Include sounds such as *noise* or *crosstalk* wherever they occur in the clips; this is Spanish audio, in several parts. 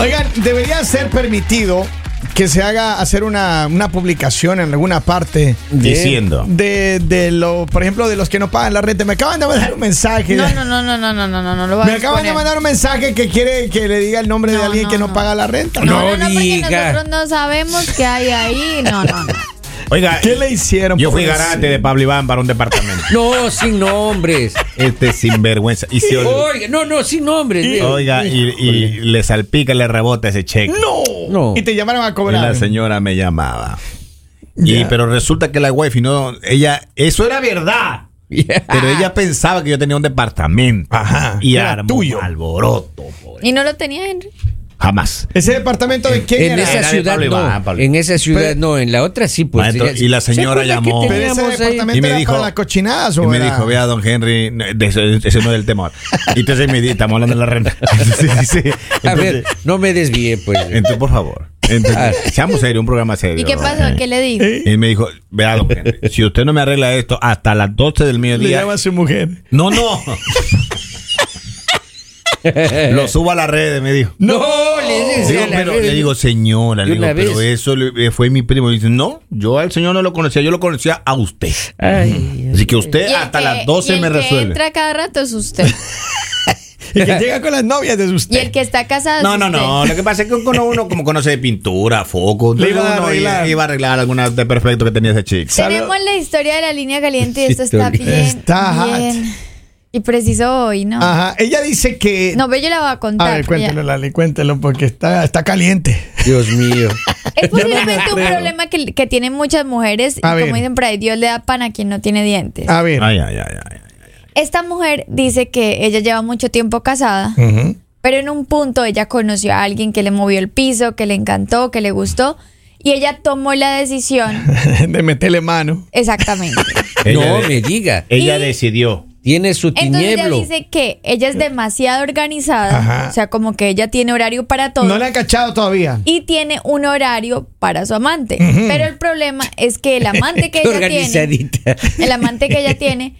Oigan, debería ser permitido que se haga hacer una, una publicación en alguna parte de- Diciendo. de, de lo, por ejemplo, de los que no pagan la renta. Me acaban de mandar un mensaje. No, no, no, no, no, no, no, no, no lo vas Me a acaban de exponer. mandar un mensaje que quiere que le diga el nombre de No, alguien no, que no, no. paga la renta. No, no, No no, porque diga. nosotros no sabemos qué hay ahí. No, no, no. Oiga, ¿Qué le hicieron? pues? yo fui pobrecito? garante de Pablo Iván para un departamento. *laughs* No, sin nombres. Este sinvergüenza. Y se ol- Oiga, no, no, sin nombres. Diego. Oiga, y, y le salpica, le rebota ese cheque. ¡No! No. Y te llamaron a Y cobrar. la señora me llamaba. Y, Ya. pero resulta que la wifi no, ella, eso era verdad. Yeah. Pero ella pensaba que yo tenía un departamento. Ah, Ajá. Y Era armó tuyo. un alboroto. pobre. ¿Y no lo tenías, Henry? Jamás. ¿Ese departamento de quién En era? esa Era de ciudad Pablo Iván, no, Pablo. en esa ciudad Pero- no, en la otra sí pues. Maestro, Ya- y la ¿se señora acuerda llamó. que Pero ese teníamos ahí? departamento Y me era dijo- para las cochinadas, Y ¿o me era? dijo, vea, don Henry, no, de eso- ese no es el temor. Y entonces me dijo, estamos hablando de la renta. *laughs* Sí, sí, sí. A ver, Entonces- no me desvíe *laughs* pues. Entonces, por favor, entonces, seamos serios, un programa serio. Eh, ¿Y qué pasó? ¿Qué le dijo? Eh, Y me dijo, vea, don Henry, si usted no me arregla esto hasta las 12 del Le mediodía, llama a su mujer. no, *laughs* no, lo subo a las redes, me dijo. No, le Digo, decía. pero, le digo, señora, le De digo, una pero vez. eso le- eh, fue mi primo. Y dice, no, yo al señor no lo conocía, yo lo conocía a usted. Así que usted Y el hasta que- las y 12 el me que resuelve. entra cada rato es usted. Y *laughs* que llega con las novias de Y usted. el que está casado es No, no, usted. no. Lo que pasa es que uno, uno como conoce de pintura, foco, Le iba a uno arreglar. iba a arreglar alguna de perfecto que tenía ese chico. Tenemos la historia de la línea caliente y esto está Historia. bien. Está hot. bien. Y preciso hoy, ¿no? Ajá. Ella dice que. No, pero yo la voy a contar. a ver, porque ya- cuéntelo, Lali, cuéntelo, porque está, está caliente. Dios mío. Es no me posiblemente un creo. problema que, que tienen muchas mujeres. Y A ver. como dicen por ahí, Dios le da pan a quien no tiene dientes. A ver. Ay, ay, ay, ay. Esta mujer dice que ella lleva mucho tiempo casada, Ujú. *laughs* pero en un punto ella conoció a alguien que le movió el piso, que le encantó, que le gustó, y ella tomó la *laughs* decisión. de meterle mano. Exactamente. *laughs* Ella No de- me diga. Ella Y- decidió. Tiene su Entonces ella tinieblo. Ah, dice que ella es demasiado organizada, Ajá. o sea, como que ella tiene horario para todo. No le ha cachado todavía. y tiene un horario para su amante. Pero el problema es que el *laughs* amante que Qué ella tiene, organizadita. el amante que ella tiene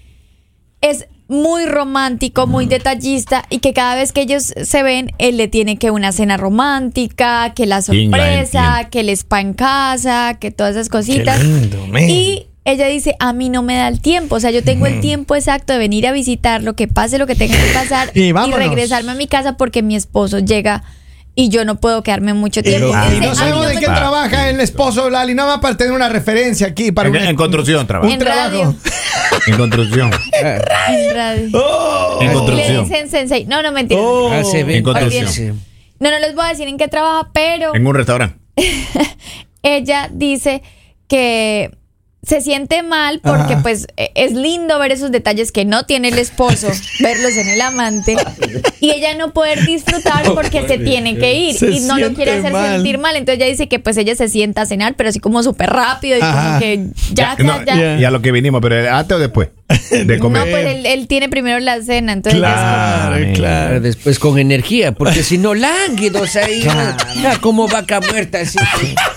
es muy romántico, muy detallista y que cada vez que ellos se ven, él le tiene que una cena romántica, que la Sí, la sorpresa, entiendo. que el spa en casa, que todas esas cositas. lindo, man. y ella dice, a mí no me da el tiempo, o sea, yo tengo el tiempo exacto de venir a visitarlo, que pase lo que tenga que pasar *laughs* Y y, vámonos. regresarme a mi casa porque mi esposo llega y yo no puedo quedarme mucho Y, tiempo. y Ah, no Dice, no, "A mí sabemos no de me qué Ah. trabaja el esposo de Lali, nada más para tener una referencia aquí. Para En, un- en construcción trabaja. un En radio. trabajo. En construcción. En *laughs* radio. En Le construcción. dicen sensei. No, no, mentira. Oh. Ah, se ve. En construcción. Sí. No, no les voy a decir en qué trabaja, pero En un restaurante. ella dice que se siente mal porque Ajá. pues e- es lindo ver esos detalles que no tiene *laughs* el esposo, verlos en el amante y ella no poder disfrutar porque se tiene que ir Se y no lo quiere siente hacer mal. sentir mal, entonces ella dice que pues ella se sienta a cenar, pero así como súper rápido y Ajá. como que ya, ya, no, ya. y a lo que vinimos, pero antes o *laughs* después de No, comer. pues él, él tiene primero la cena, entonces ya es como- Claro, Ah, Para claro. después con energía, porque si no, lánguidos *laughs* ahí. Ya como vaca muerta. Así.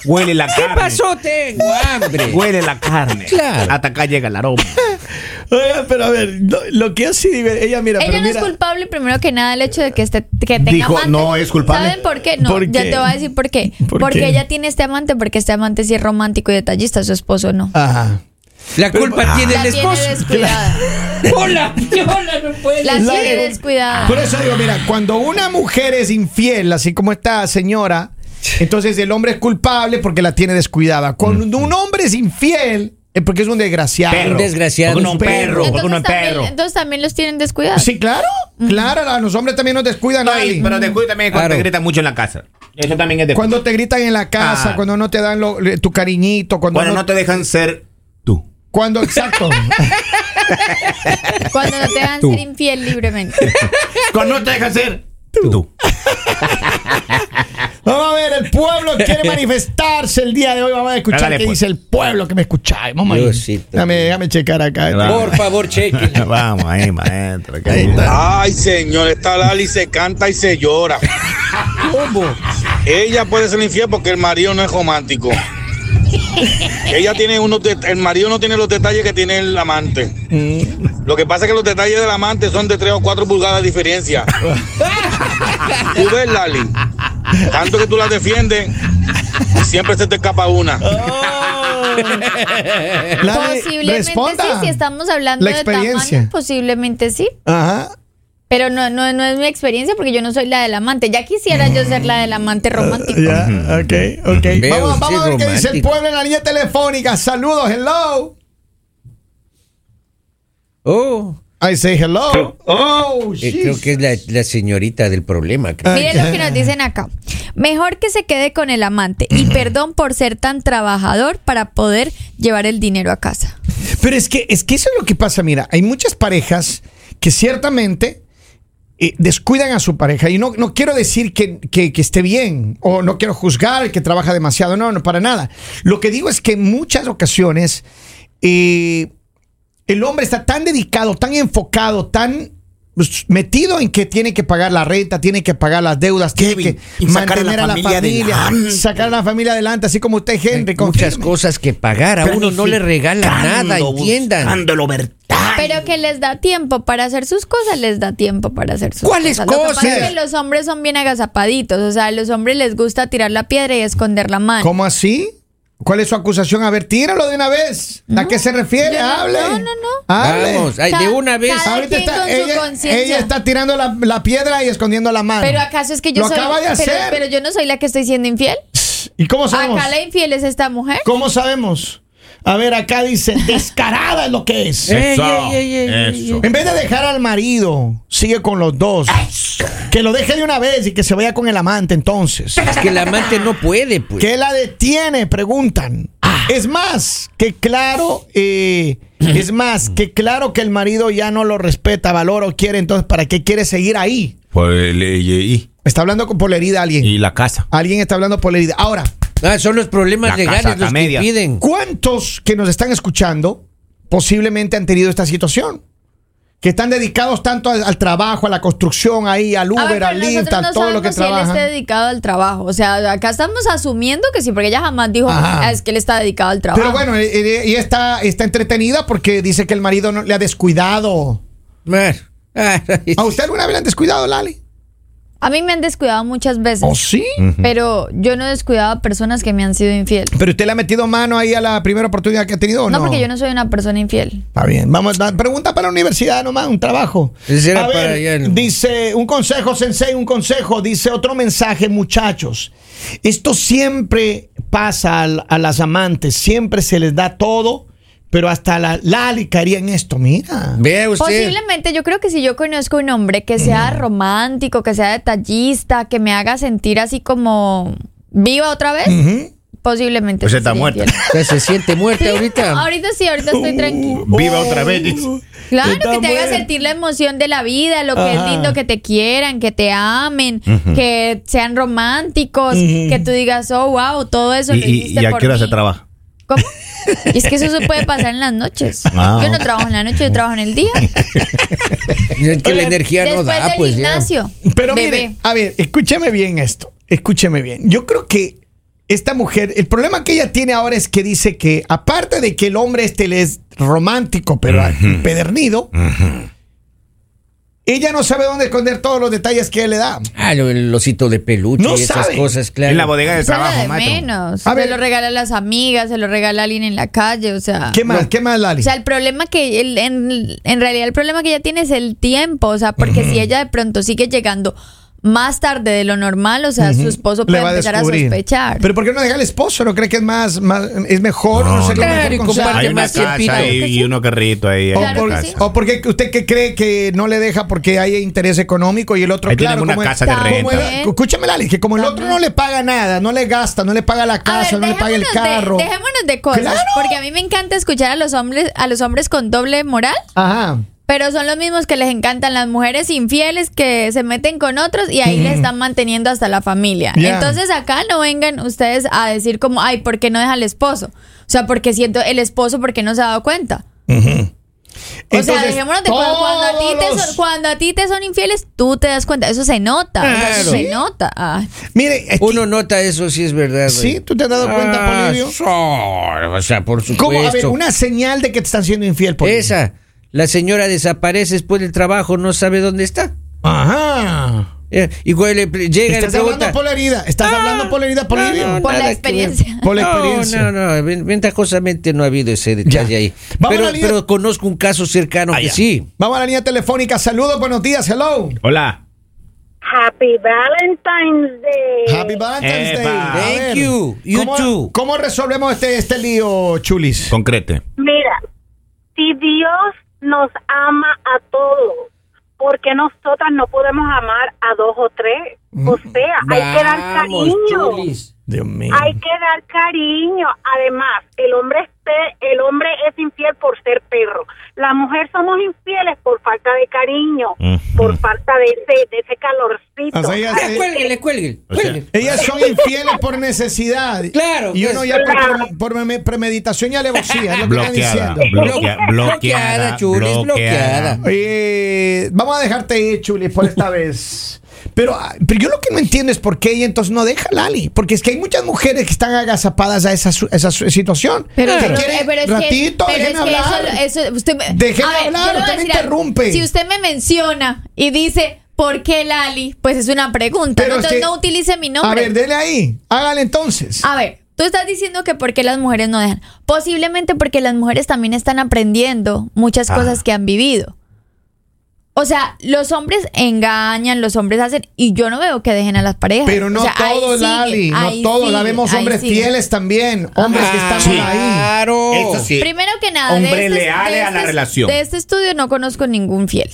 Huele la ¿Qué carne. pasó? Tengo hambre. Huele la carne. Claro. Hasta acá llega el aroma. *laughs* Oiga, pero a ver, lo, lo que así ella mira, Ella pero no mira, es culpable, primero que nada, el hecho de que, este, que tenga Dijo, amante. no es culpable. ¿Saben por qué? No, ¿Por ya qué? te voy a decir por qué. ¿Por porque qué? ella tiene este amante, porque este amante sí es romántico y detallista, su esposo Ah, no. Ajá. La culpa ah. tiene La el tiene esposo. descuidada. *laughs* Hola, hola, no puede La ser. tiene descuidada. Por eso digo, mira, cuando una mujer es infiel, así como esta señora, entonces el hombre es culpable porque la tiene descuidada. Cuando un hombre es infiel, es porque es un desgraciado. Un desgraciado. Porque uno es un perro. Entonces, Porque uno es también, perro. entonces también los tienen descuidados. Sí, claro. Claro, a los hombres también nos descuidan. No, y- Lali. pero te cuido también cuando Claro. te gritan mucho en la casa. Eso también es de Cuando te gritan en la casa, Ah. cuando no te dan lo- le- tu cariñito, cuando Cuando no te dejan ser tú. cuando *laughs* exacto. Cuando no te dan Tú. ser *laughs* infiel libremente. Cuando no te dejan ser tú. Vamos a ver, el pueblo *laughs* quiere manifestarse el día de hoy. Vamos a escuchar Dale, qué pues. dice el pueblo que me escucháis. Vamos a ir. Diosito. Dame, déjame checar acá. Vamos. Por favor, Ah. chequen. *laughs* Vamos ahí, maestro. que- Ahí está. Ay, señor, esta Lali se canta y se llora. Ella puede ser infiel porque el marido no es romántico. Ella tiene unos det- el marido no tiene los detalles que tiene el amante. Lo que pasa es que los detalles del amante son de 3 o 4 pulgadas de diferencia. Tú ves, Lali, Tanto que tú la defiendes, siempre se te escapa una. La de- posiblemente sí, si estamos hablando la de experiencia. tamaño, posiblemente sí. Ajá. Pero no, no, no es mi experiencia porque yo no soy la del amante. Ya quisiera yo ser la del amante romántico. Ah, Ya, ok, ok. Veo Vamos, usted vamos a ver qué dice el romántico. pueblo en la línea telefónica. Saludos, hello. Oh, I say hello. Oh, eh, creo shit. que es la, la señorita del problema. creo. Ah. Miren lo que nos dicen acá. Mejor que se quede con el amante y perdón por ser tan trabajador para poder llevar el dinero a casa. Pero es que, es que eso es lo que pasa. Mira, hay muchas parejas que ciertamente eh, descuidan a su pareja. Y no, no quiero decir que, que- que esté bien o no quiero juzgar que trabaja demasiado. No, no, para nada. Lo que digo es que en muchas ocasiones eh, el hombre está tan dedicado, tan enfocado, tan pues, metido en que tiene que pagar la renta, tiene que pagar las deudas, tiene Kevin, que y sacar a la mantener a la familia familia, adelante. sacar a la familia adelante, así como usted, Henry. Muchas confirme. cosas que pagar. A uno no le regala nada, entiendan. Buscando lo verdad. Pero que les da tiempo para hacer sus cosas, les da tiempo para hacer sus ¿Cuáles cosas. Lo que pasa cosas? es que los hombres son bien agazapaditos. O sea, a los hombres les gusta tirar la piedra y esconder la mano. ¿Cómo así? ¿Cuál es su acusación? A ver, tíralo de una vez. ¿A qué se refiere? Yo no- Hable. no, no, no. Hable. Vamos, ay, de Ca- una vez. cada- Ahorita quien está, con su ella, conciencia. ella está tirando la, la piedra y escondiendo la mano. Pero acaso es que yo Lo soy. acaba de pero- hacer. pero yo no soy la que estoy siendo infiel. ¿Y cómo sabemos? Acá la infiel es esta mujer. ¿Cómo sabemos? A ver, acá *laughs* dice, descarada es lo que es. Eh. Eso. Ey, ey, ey, ey, Eso. En vez de dejar al marido, sigue con los dos. Que lo deje de una vez y que se vaya con el amante entonces. Es que el amante no puede, pues. ¿Qué la detiene? Preguntan. Es más, que claro, eh, es más, que claro que el marido ya no lo respeta, valora o quiere, entonces, ¿para qué quiere seguir ahí? Por el- Pues, y, Está hablando con- por la herida alguien. y la casa. Alguien está hablando por la herida. Ahora, Ah, son los problemas La legales casaca los que media. piden. ¿cuántos que nos están escuchando posiblemente han tenido esta situación? Que están dedicados tanto al, al trabajo, a la construcción, ahí, al A ver, Uber, pero al nosotros Insta, no todo lo que sabemos si él trabajan. está dedicado al trabajo. O sea, acá estamos asumiendo que sí, porque ella jamás dijo Ajá. "Ah, es que él está dedicado al trabajo. Pero bueno, eh, eh, ella está, está entretenida porque dice que el marido no, le ha descuidado. Ah, ah, ¿A usted alguna vez le han descuidado, Lali? Mm. a mí me han descuidado muchas veces. Oh, sí? Pero yo no he descuidado a personas que me han sido infiel. Pero usted le ha metido mano ahí a la primera oportunidad que ha tenido, ¿o No, ¿no? porque yo no soy una persona infiel. Está bien, vamos, da- pregunta para la universidad nomás, un trabajo. Ese era A para allá, ver, ¿no? dice, un consejo, sensei, un consejo, dice otro mensaje, muchachos. Esto siempre pasa al- a, las amantes, siempre se les da todo, pero hasta la Lali caería en esto, mira. Vea usted. Posiblemente, yo creo que si yo conozco un hombre que sea romántico, que sea detallista, que me haga sentir así como viva otra vez, posiblemente. Pues sí está sería muerta. infiel. O sea, se siente muerta ahorita. Ahorita sí, ahorita Uh, estoy tranquila. Viva otra vez. dice. Claro, Está que te haga muerta. sentir la emoción de la vida, lo que Ajá. es lindo, que te quieran, que te amen, que sean románticos, que tú digas, oh, wow, todo eso. ¿Y, lo y- hiciste y a por qué hora mí". se trabaja? ¿Cómo? Y es que eso se puede pasar en las noches. Ah. yo no trabajo en la noche, yo trabajo en el día. Es que la energía no Después da, del pues. ya. gimnasio. Pero bebé. mire, a ver, escúcheme bien esto. Escúcheme bien. Yo creo que esta mujer, el problema que ella tiene ahora es que dice que, aparte de que el hombre este le es romántico, pero empedernido, ella no sabe dónde esconder todos los detalles que él le da. Ah, lo- el osito de peluche No y esas sabe. cosas, claro. En la bodega del Eso es lo trabajo, de maestro. menos. A se ver. lo regala a las amigas, se lo regala a alguien en la calle, o sea. ¿Qué más? ¿Qué más, Lali? Ah, O sea, el problema que, el- en, en realidad el problema que ella tiene es el tiempo, o sea, porque si ella de pronto sigue llegando más tarde de lo normal, o sea, su esposo puede empezar a, sospechar. Pero ¿por qué no deja al esposo? ¿No cree que es más, más es mejor? No, No, sería no. mejor Claro, y consejo? comparte Hay Además, una sí, pito. casa ahí, Claro que y sí. uno carrito ahí. hay Claro una que sí. casa. O porque usted que cree que no le deja porque hay interés económico y el otro Ahí claro tienen una como es- casa de como renta. era- escúchame Lali, que como el otro no le paga nada, no le gasta, no le paga la A casa, ver, no ah, le paga el dejémonos de- carro. dejémonos de cosas, Claro. porque a mí me encanta escuchar a los hombres a los hombres con doble moral, Ajá. pero son los mismos que les encantan las mujeres infieles que se meten con otros y ahí les están manteniendo hasta la familia. Ya. Entonces acá no vengan ustedes a decir como, "Ay, ¿por qué no deja al esposo?" O sea, porque siento el esposo porque no se ha dado cuenta. o sea, Entonces, dejémonos de cuando, cuando a ti te todos son, cuando a ti te son infieles, tú te das cuenta, eso se nota, o sea, eso Claro. se nota. Ah. los- Mire, es que- Uno nota eso si es verdad. sí, güey. tú te has dado cuenta, Ah, Polivio. so- o sea, por supuesto. ¿Cómo? A ver, una señal de que te están siendo infiel, Polibio. Esa. La señora desaparece después del trabajo, no sabe dónde está. Ajá. Eh, Y cuando le llega y le Estás hablando pregunta. "Ah, por la herida. Estás Ah. hablando por la herida, por, no, la herida. no, Por nada la que experiencia. por la experiencia. No, no, no, ven- ventajosamente no ha habido ese detalle Ya. ahí. Vamos a Pero, la línea. pero conozco un caso cercano que ya. sí. Vamos a la línea telefónica. Saludos, buenos días, hello. Hola. Happy Valentine's Day. Happy Valentine's Day. Epa. A ver, Thank you. You ¿cómo, too. ¿Cómo resolvemos este, este lío, Chulis? Concrete. Mira, si Dios nos ama a todos, ¿por qué nosotras no podemos amar a dos o tres? O sea, hay que dar Vamos, cariño. chulis. Dios mío. Hay que dar cariño. Además, el hombre es pe- el hombre es infiel por ser perro. La mujer somos infieles por falta de cariño, Ujú. por falta de ese, de ese calorcito. Así es. Así Le cuelguen, le cuelguen, O sea, cuelguen. Ellas son infieles por necesidad. Claro, Y pues. uno ya por, por preme- premeditación y alevosía. Es lo que están Bloqueada, diciendo. bloquea- Bloqueada, bloqueada, Chulis, bloqueada. Eh, vamos a dejarte ir, Chulis, por esta vez. Pero, ah, pero yo lo que no entiendo es por qué ella entonces no deja a Lali. Porque es que hay muchas mujeres que están agazapadas a esa, su- esa su- situación. Pero, que pero- quieren, eh, pero es que- ratito, pero déjenme es que hablar. Eso, eso- usted, me- Déjenme A ver, hablar, yo le usted voy a me decir algo. interrumpe. Si usted me menciona y dice, ¿por qué Lali? Pues es una pregunta. Pero ¿no? es Entonces que- no utilice mi a nombre. ver, dele ahí. Hágale entonces. A ver, tú estás diciendo que por qué las mujeres no dejan. Posiblemente porque las mujeres también están aprendiendo muchas Ah. cosas que han vivido. O sea, los hombres engañan, los hombres hacen, y yo no veo que dejen a las parejas. Pero no *laughs* O sea, ahí todos, siguen, Lali. No ahí todos. la siguen, vemos ahí Ah, hombres siguen. fieles también. Hombres que estamos sí. ahí. Claro. Oh. Eso sí. Primero que nada, Hombres de este- leales de a la este- relación. De este estudio no conozco ningún fiel.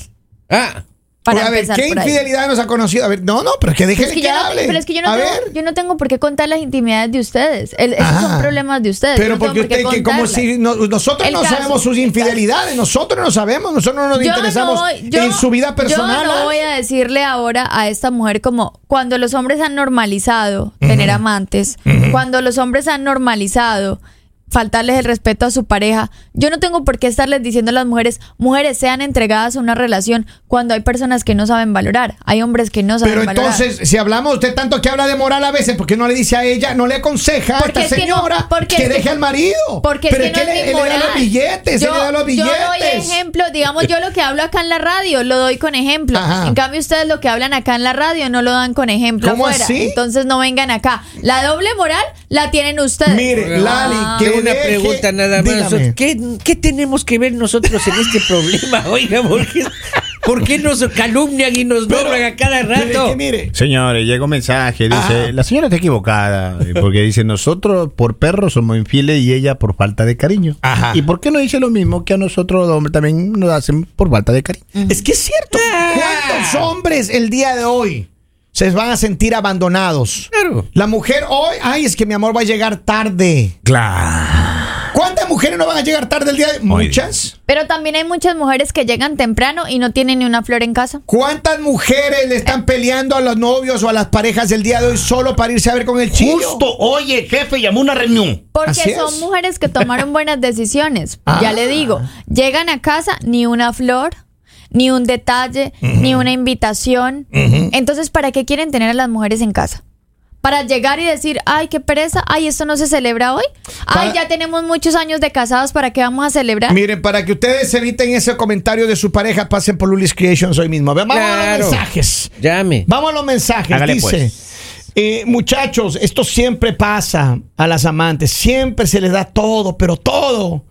Ah, Para Porque, a ver, empezar ¿qué por ahí. infidelidad nos ha conocido? A ver, no, no, pero es que déjenle Es que que yo no, hable. pero es que yo no, a tengo, ver. yo no tengo por qué contar las intimidades de ustedes. El- esos Ah. son problemas de ustedes. Pero yo no porque tengo por qué usted, que como contarlas. si no- nosotros El no caso. sabemos sus infidelidades, nosotros no sabemos, nosotros no nos Yo interesamos no voy- yo- en su vida personal. Yo no ¿ah? voy a decirle ahora a esta mujer como cuando los hombres han normalizado tener amantes, cuando los hombres han normalizado faltarles el respeto a su pareja. Yo no tengo por qué estarles diciendo a las mujeres, mujeres sean entregadas a una relación cuando hay personas que no saben valorar, hay hombres que no saben Pero valorar. entonces, si hablamos, usted tanto que habla de moral a veces, ¿por qué no le dice a ella, no le aconseja a Porque esta es que no, señora porque que es que- deje al marido? Porque Pero es que no le, es mi él le da moral. los billetes, él le da los billetes. Yo doy ejemplo, digamos, yo lo que hablo acá en la radio lo doy con ejemplo. Ajá. En cambio, ustedes lo que hablan acá en la radio no lo dan con ejemplo ¿Cómo afuera. así? Entonces no vengan acá. La doble moral la tienen ustedes. Ah. Mire, Lali, que Ah. tengo una deje- pregunta nada más. dígame. ¿Qué, qué tenemos que ver nosotros en este problema? *laughs* Oiga, ¿por qué, por qué nos calumnian y nos nombran a cada Pero es rato? que mire, Señores, llega un mensaje, dice, Ajá. la señora está equivocada, eh, porque dice, nosotros por perros somos infieles y ella por falta de cariño. Ajá. ¿Y por qué no dice lo mismo que a nosotros los hombres también nos hacen por falta de cariño? Es que es cierto. ¿Cuántos hombres el día de hoy se van a sentir abandonados? Claro. La mujer hoy, ay, es que mi amor va a llegar tarde. Claro. ¿Cuántas mujeres no van a llegar tarde el día de Oye. Muchas. Pero también hay muchas mujeres que llegan temprano y no tienen ni una flor en casa. ¿Cuántas mujeres le están peleando a los novios o a las parejas el día de hoy solo para irse a ver con el chico? Justo hoy el jefe llamó una reunión. Porque Así son es. *laughs* mujeres que tomaron buenas decisiones. Ah. Ya le digo, llegan a casa ni una flor, ni un detalle, ni una invitación. Entonces, ¿para qué quieren tener a las mujeres en casa? Para llegar y decir, ay, qué pereza, ay, esto no se celebra hoy. Ay, Para- ya tenemos muchos años de casados, ¿para qué vamos a celebrar? Miren, para que ustedes eviten ese comentario de su pareja, pasen por Lulis Creations hoy mismo. Vamos a Claro. los mensajes. Llame. Vamos a los mensajes. Hágale, Dice, pues. eh, muchachos, esto siempre pasa a las amantes. Siempre se les da todo, pero todo.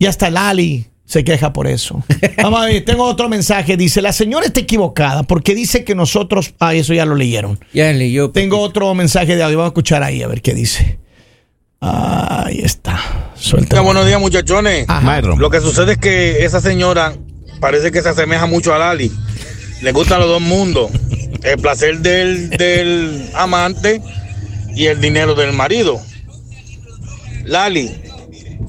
Y hasta Lali se queja por *laughs* eso. Vamos a ver, tengo otro mensaje. Dice, la señora está equivocada porque dice que nosotros... Ah, eso ya lo leyeron. Ya leyó. Tengo otro mensaje de audio. Vamos a escuchar ahí a ver qué dice. Ahí está. Suelta. Oiga, buenos días, muchachones. Maestro. Lo que sucede es que esa señora parece que se asemeja mucho a Lali. Le gustan los dos mundos. El placer del, del amante y el dinero del marido. Lali,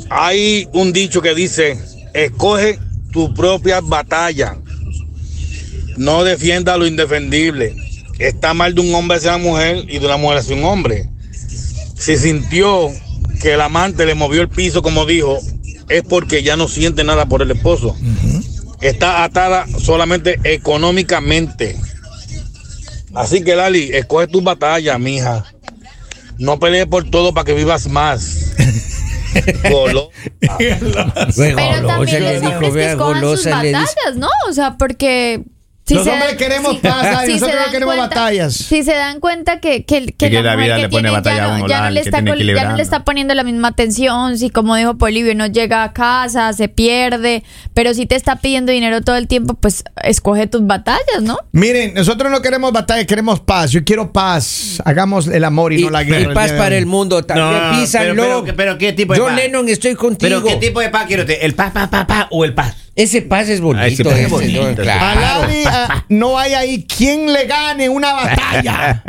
hay un dicho que dice, escoge tu propia batalla. No defienda lo indefendible. Está mal de un hombre hacia una mujer y de una mujer hacia un hombre. Si sintió que el amante le movió el piso, como dijo, es porque ya no siente nada por el esposo. Está atada solamente económicamente. Así que Lali, escoge tu batalla, mija. No pelees por todo para que vivas más. Golo- Luego, Pero golosa, también le los hombres dijo, que vea, escojan sus golosa, le dice. batallas, ¿no? O sea, porque Si Los se hombres queremos *laughs* paz, ay, si nosotros se no dan queremos batallas. Si se dan cuenta que, que, que que la, la mujer vida que le pone tiene batalla ya, a no, uno, ya la no le que está, tiene col- que ya no librarla. le está poniendo la misma atención, si como dijo Polivio, no llega a casa, se pierde, pero si te está pidiendo dinero todo el tiempo, pues escoge tus batallas, ¿no? Miren, nosotros no queremos batalla, queremos paz. Yo quiero paz. Hagamos el amor y, Y, no la y guerra. paz día de para hoy. el mundo también. No, písalo. pero- pero- pero ¿qué tipo de Yo, paz? Lennon, estoy contigo. Pero ¿qué tipo de paz quiere usted? ¿El paz, paz, paz, paz o el paz? Ese paz es bonito. Ah, ese paz es ese, bonito, ¿no? ese A Claro. Larry, ah, no hay ahí quien le gane una *laughs* batalla.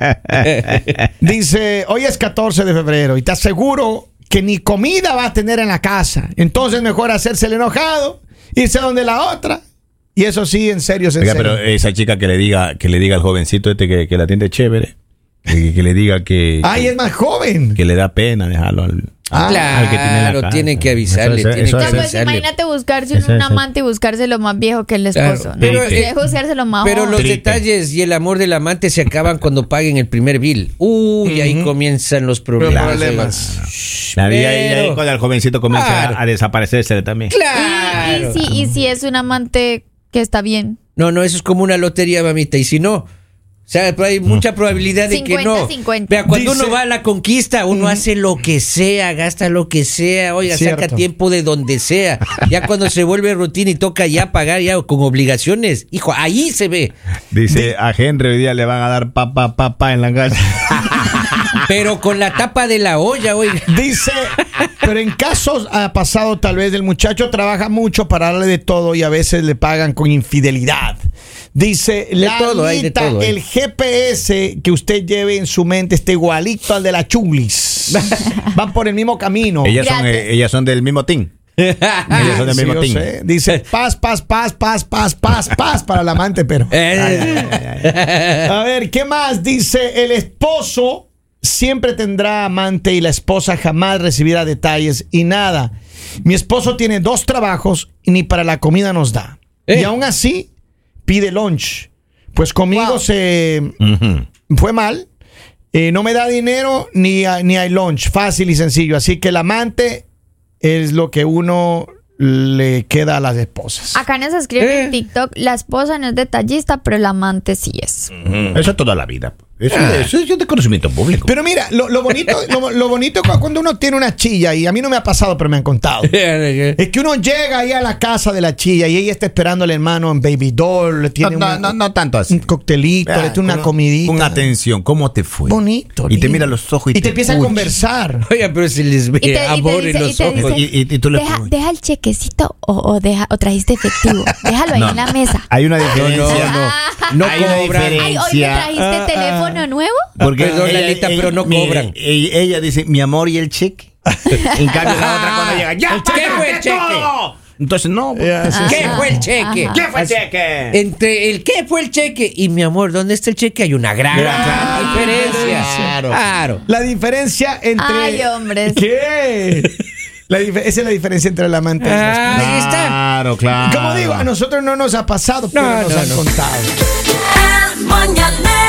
Dice, hoy es 14 de febrero y te aseguro que ni comida va a tener en la casa. Entonces mejor hacerse el enojado, irse donde la otra. Y eso sí, en serio, es en Oiga, serio. pero eh, esa chica que le diga, que le diga al jovencito este que, que la atiende chévere, que, que le diga que, Ay, es más joven. que le da pena dejarlo al, Ah, al que tiene en la claro, casa. tienen que avisarle, Eso es- tienen eso que es- Ya, pues, hacerle. imagínate buscarse Eso un, es- amante y buscarse lo más viejo que el esposo. Claro, ¿no? pero, Debe eh, buscarse lo más Pero joven. *laughs* los Triste. detalles y el amor del amante se acaban cuando paguen el primer bill. Uy, ahí comienzan los problemas. problemas. Shh, La vida ahí- ahí pero- cuando el jovencito comienza Claro. a, a desaparecerse también. Y, Claro. y si, y si es un amante que está bien. No, no, eso es como una lotería, mamita. Y si no, o sea, pero hay mucha probabilidad de que no. 50-50. Vea, cuando Dice- uno va a la conquista, uno hace lo que sea, gasta lo que sea, oiga, Cierto. saca tiempo de donde sea. Ya cuando se vuelve rutina y toca ya pagar ya con obligaciones, hijo, ahí se ve. Dice, a Henry hoy día le van a dar pa, pa, pa, pa en la *laughs* casa. Pero con la tapa de la *laughs* olla, oiga. Dice, pero en casos ha pasado tal vez el muchacho trabaja mucho para darle de todo y a veces le pagan con infidelidad. Dice, la todo hay, de todo hay. el GPS que usted lleve en su mente está igualito al de la *laughs* chulis. Van por el mismo camino. Ah, ellas, son, Gracias. eh, ellas son del mismo team. ellas son del Sí, mismo yo team. sé. Dice, paz, paz, paz, paz, paz, paz, paz para el amante, *laughs* pero. Eh, *laughs* A ver, ¿qué más? Dice, el esposo siempre tendrá amante y la esposa jamás recibirá detalles y nada. Mi esposo tiene dos trabajos y ni para la comida nos da. Eh. Y aún así pide lunch. Pues conmigo Wow. se Ujú. fue mal. Eh, no me da dinero ni, a- ni hay lunch. Fácil y sencillo. Así que el amante es lo que uno le queda a las esposas. Acá nos escribe Eh. en TikTok, la esposa no es detallista, pero el amante sí es. Eso es toda la vida. Eso, Ah. eso es de conocimiento público. Pero mira, lo, lo bonito, *laughs* lo, lo bonito cu- cuando uno tiene una chilla, y a mí no me ha pasado, pero me han contado. Eh, Es que uno llega ahí a la casa de la chilla y ella está esperando al hermano en Baby Doll, le no, tiene una- no, no, no tanto así. un coctelito, le tiene una Con- comidita. Con atención, ¿cómo te fue? Bonito. Y te lindo. mira a los ojos y, Y te empieza a escucha. conversar. *laughs* Oiga, pero se les Y te- y ve te amor dice- en y los te ojos. dice- Y, y- y tú le Deja, preguntas. deja el chequecito o, o deja, o trajiste efectivo. Déjalo *laughs* ahí No, en la mesa. Hay una No, diferencia. no, no. No Hay una cobran. diferencia. Ay, hoy me trajiste teléfono nuevo. Porque Perdón, Lalita, pero no mi- cobran. e- ella dice, mi amor, ¿y el cheque? en cambio, la otra cuando llega, ¡ya ¿El cheque pagaste fue el cheque? todo! Entonces, no. pues, Ya, sí, ¿Qué sí. fue el cheque? ¿Qué fue el cheque? Entre el qué fue el cheque y mi amor, ¿dónde está el cheque? Hay una gran, Gran, gran diferencia. diferencia. Claro. La diferencia entre. Ay, hombres. ¿Qué? La dif- esa es la diferencia entre el amante y la Ah. esposa. Ahí está. Claro, claro. Como digo, a nosotros no nos ha pasado, pero No, nos no, han no. contado. El mañanero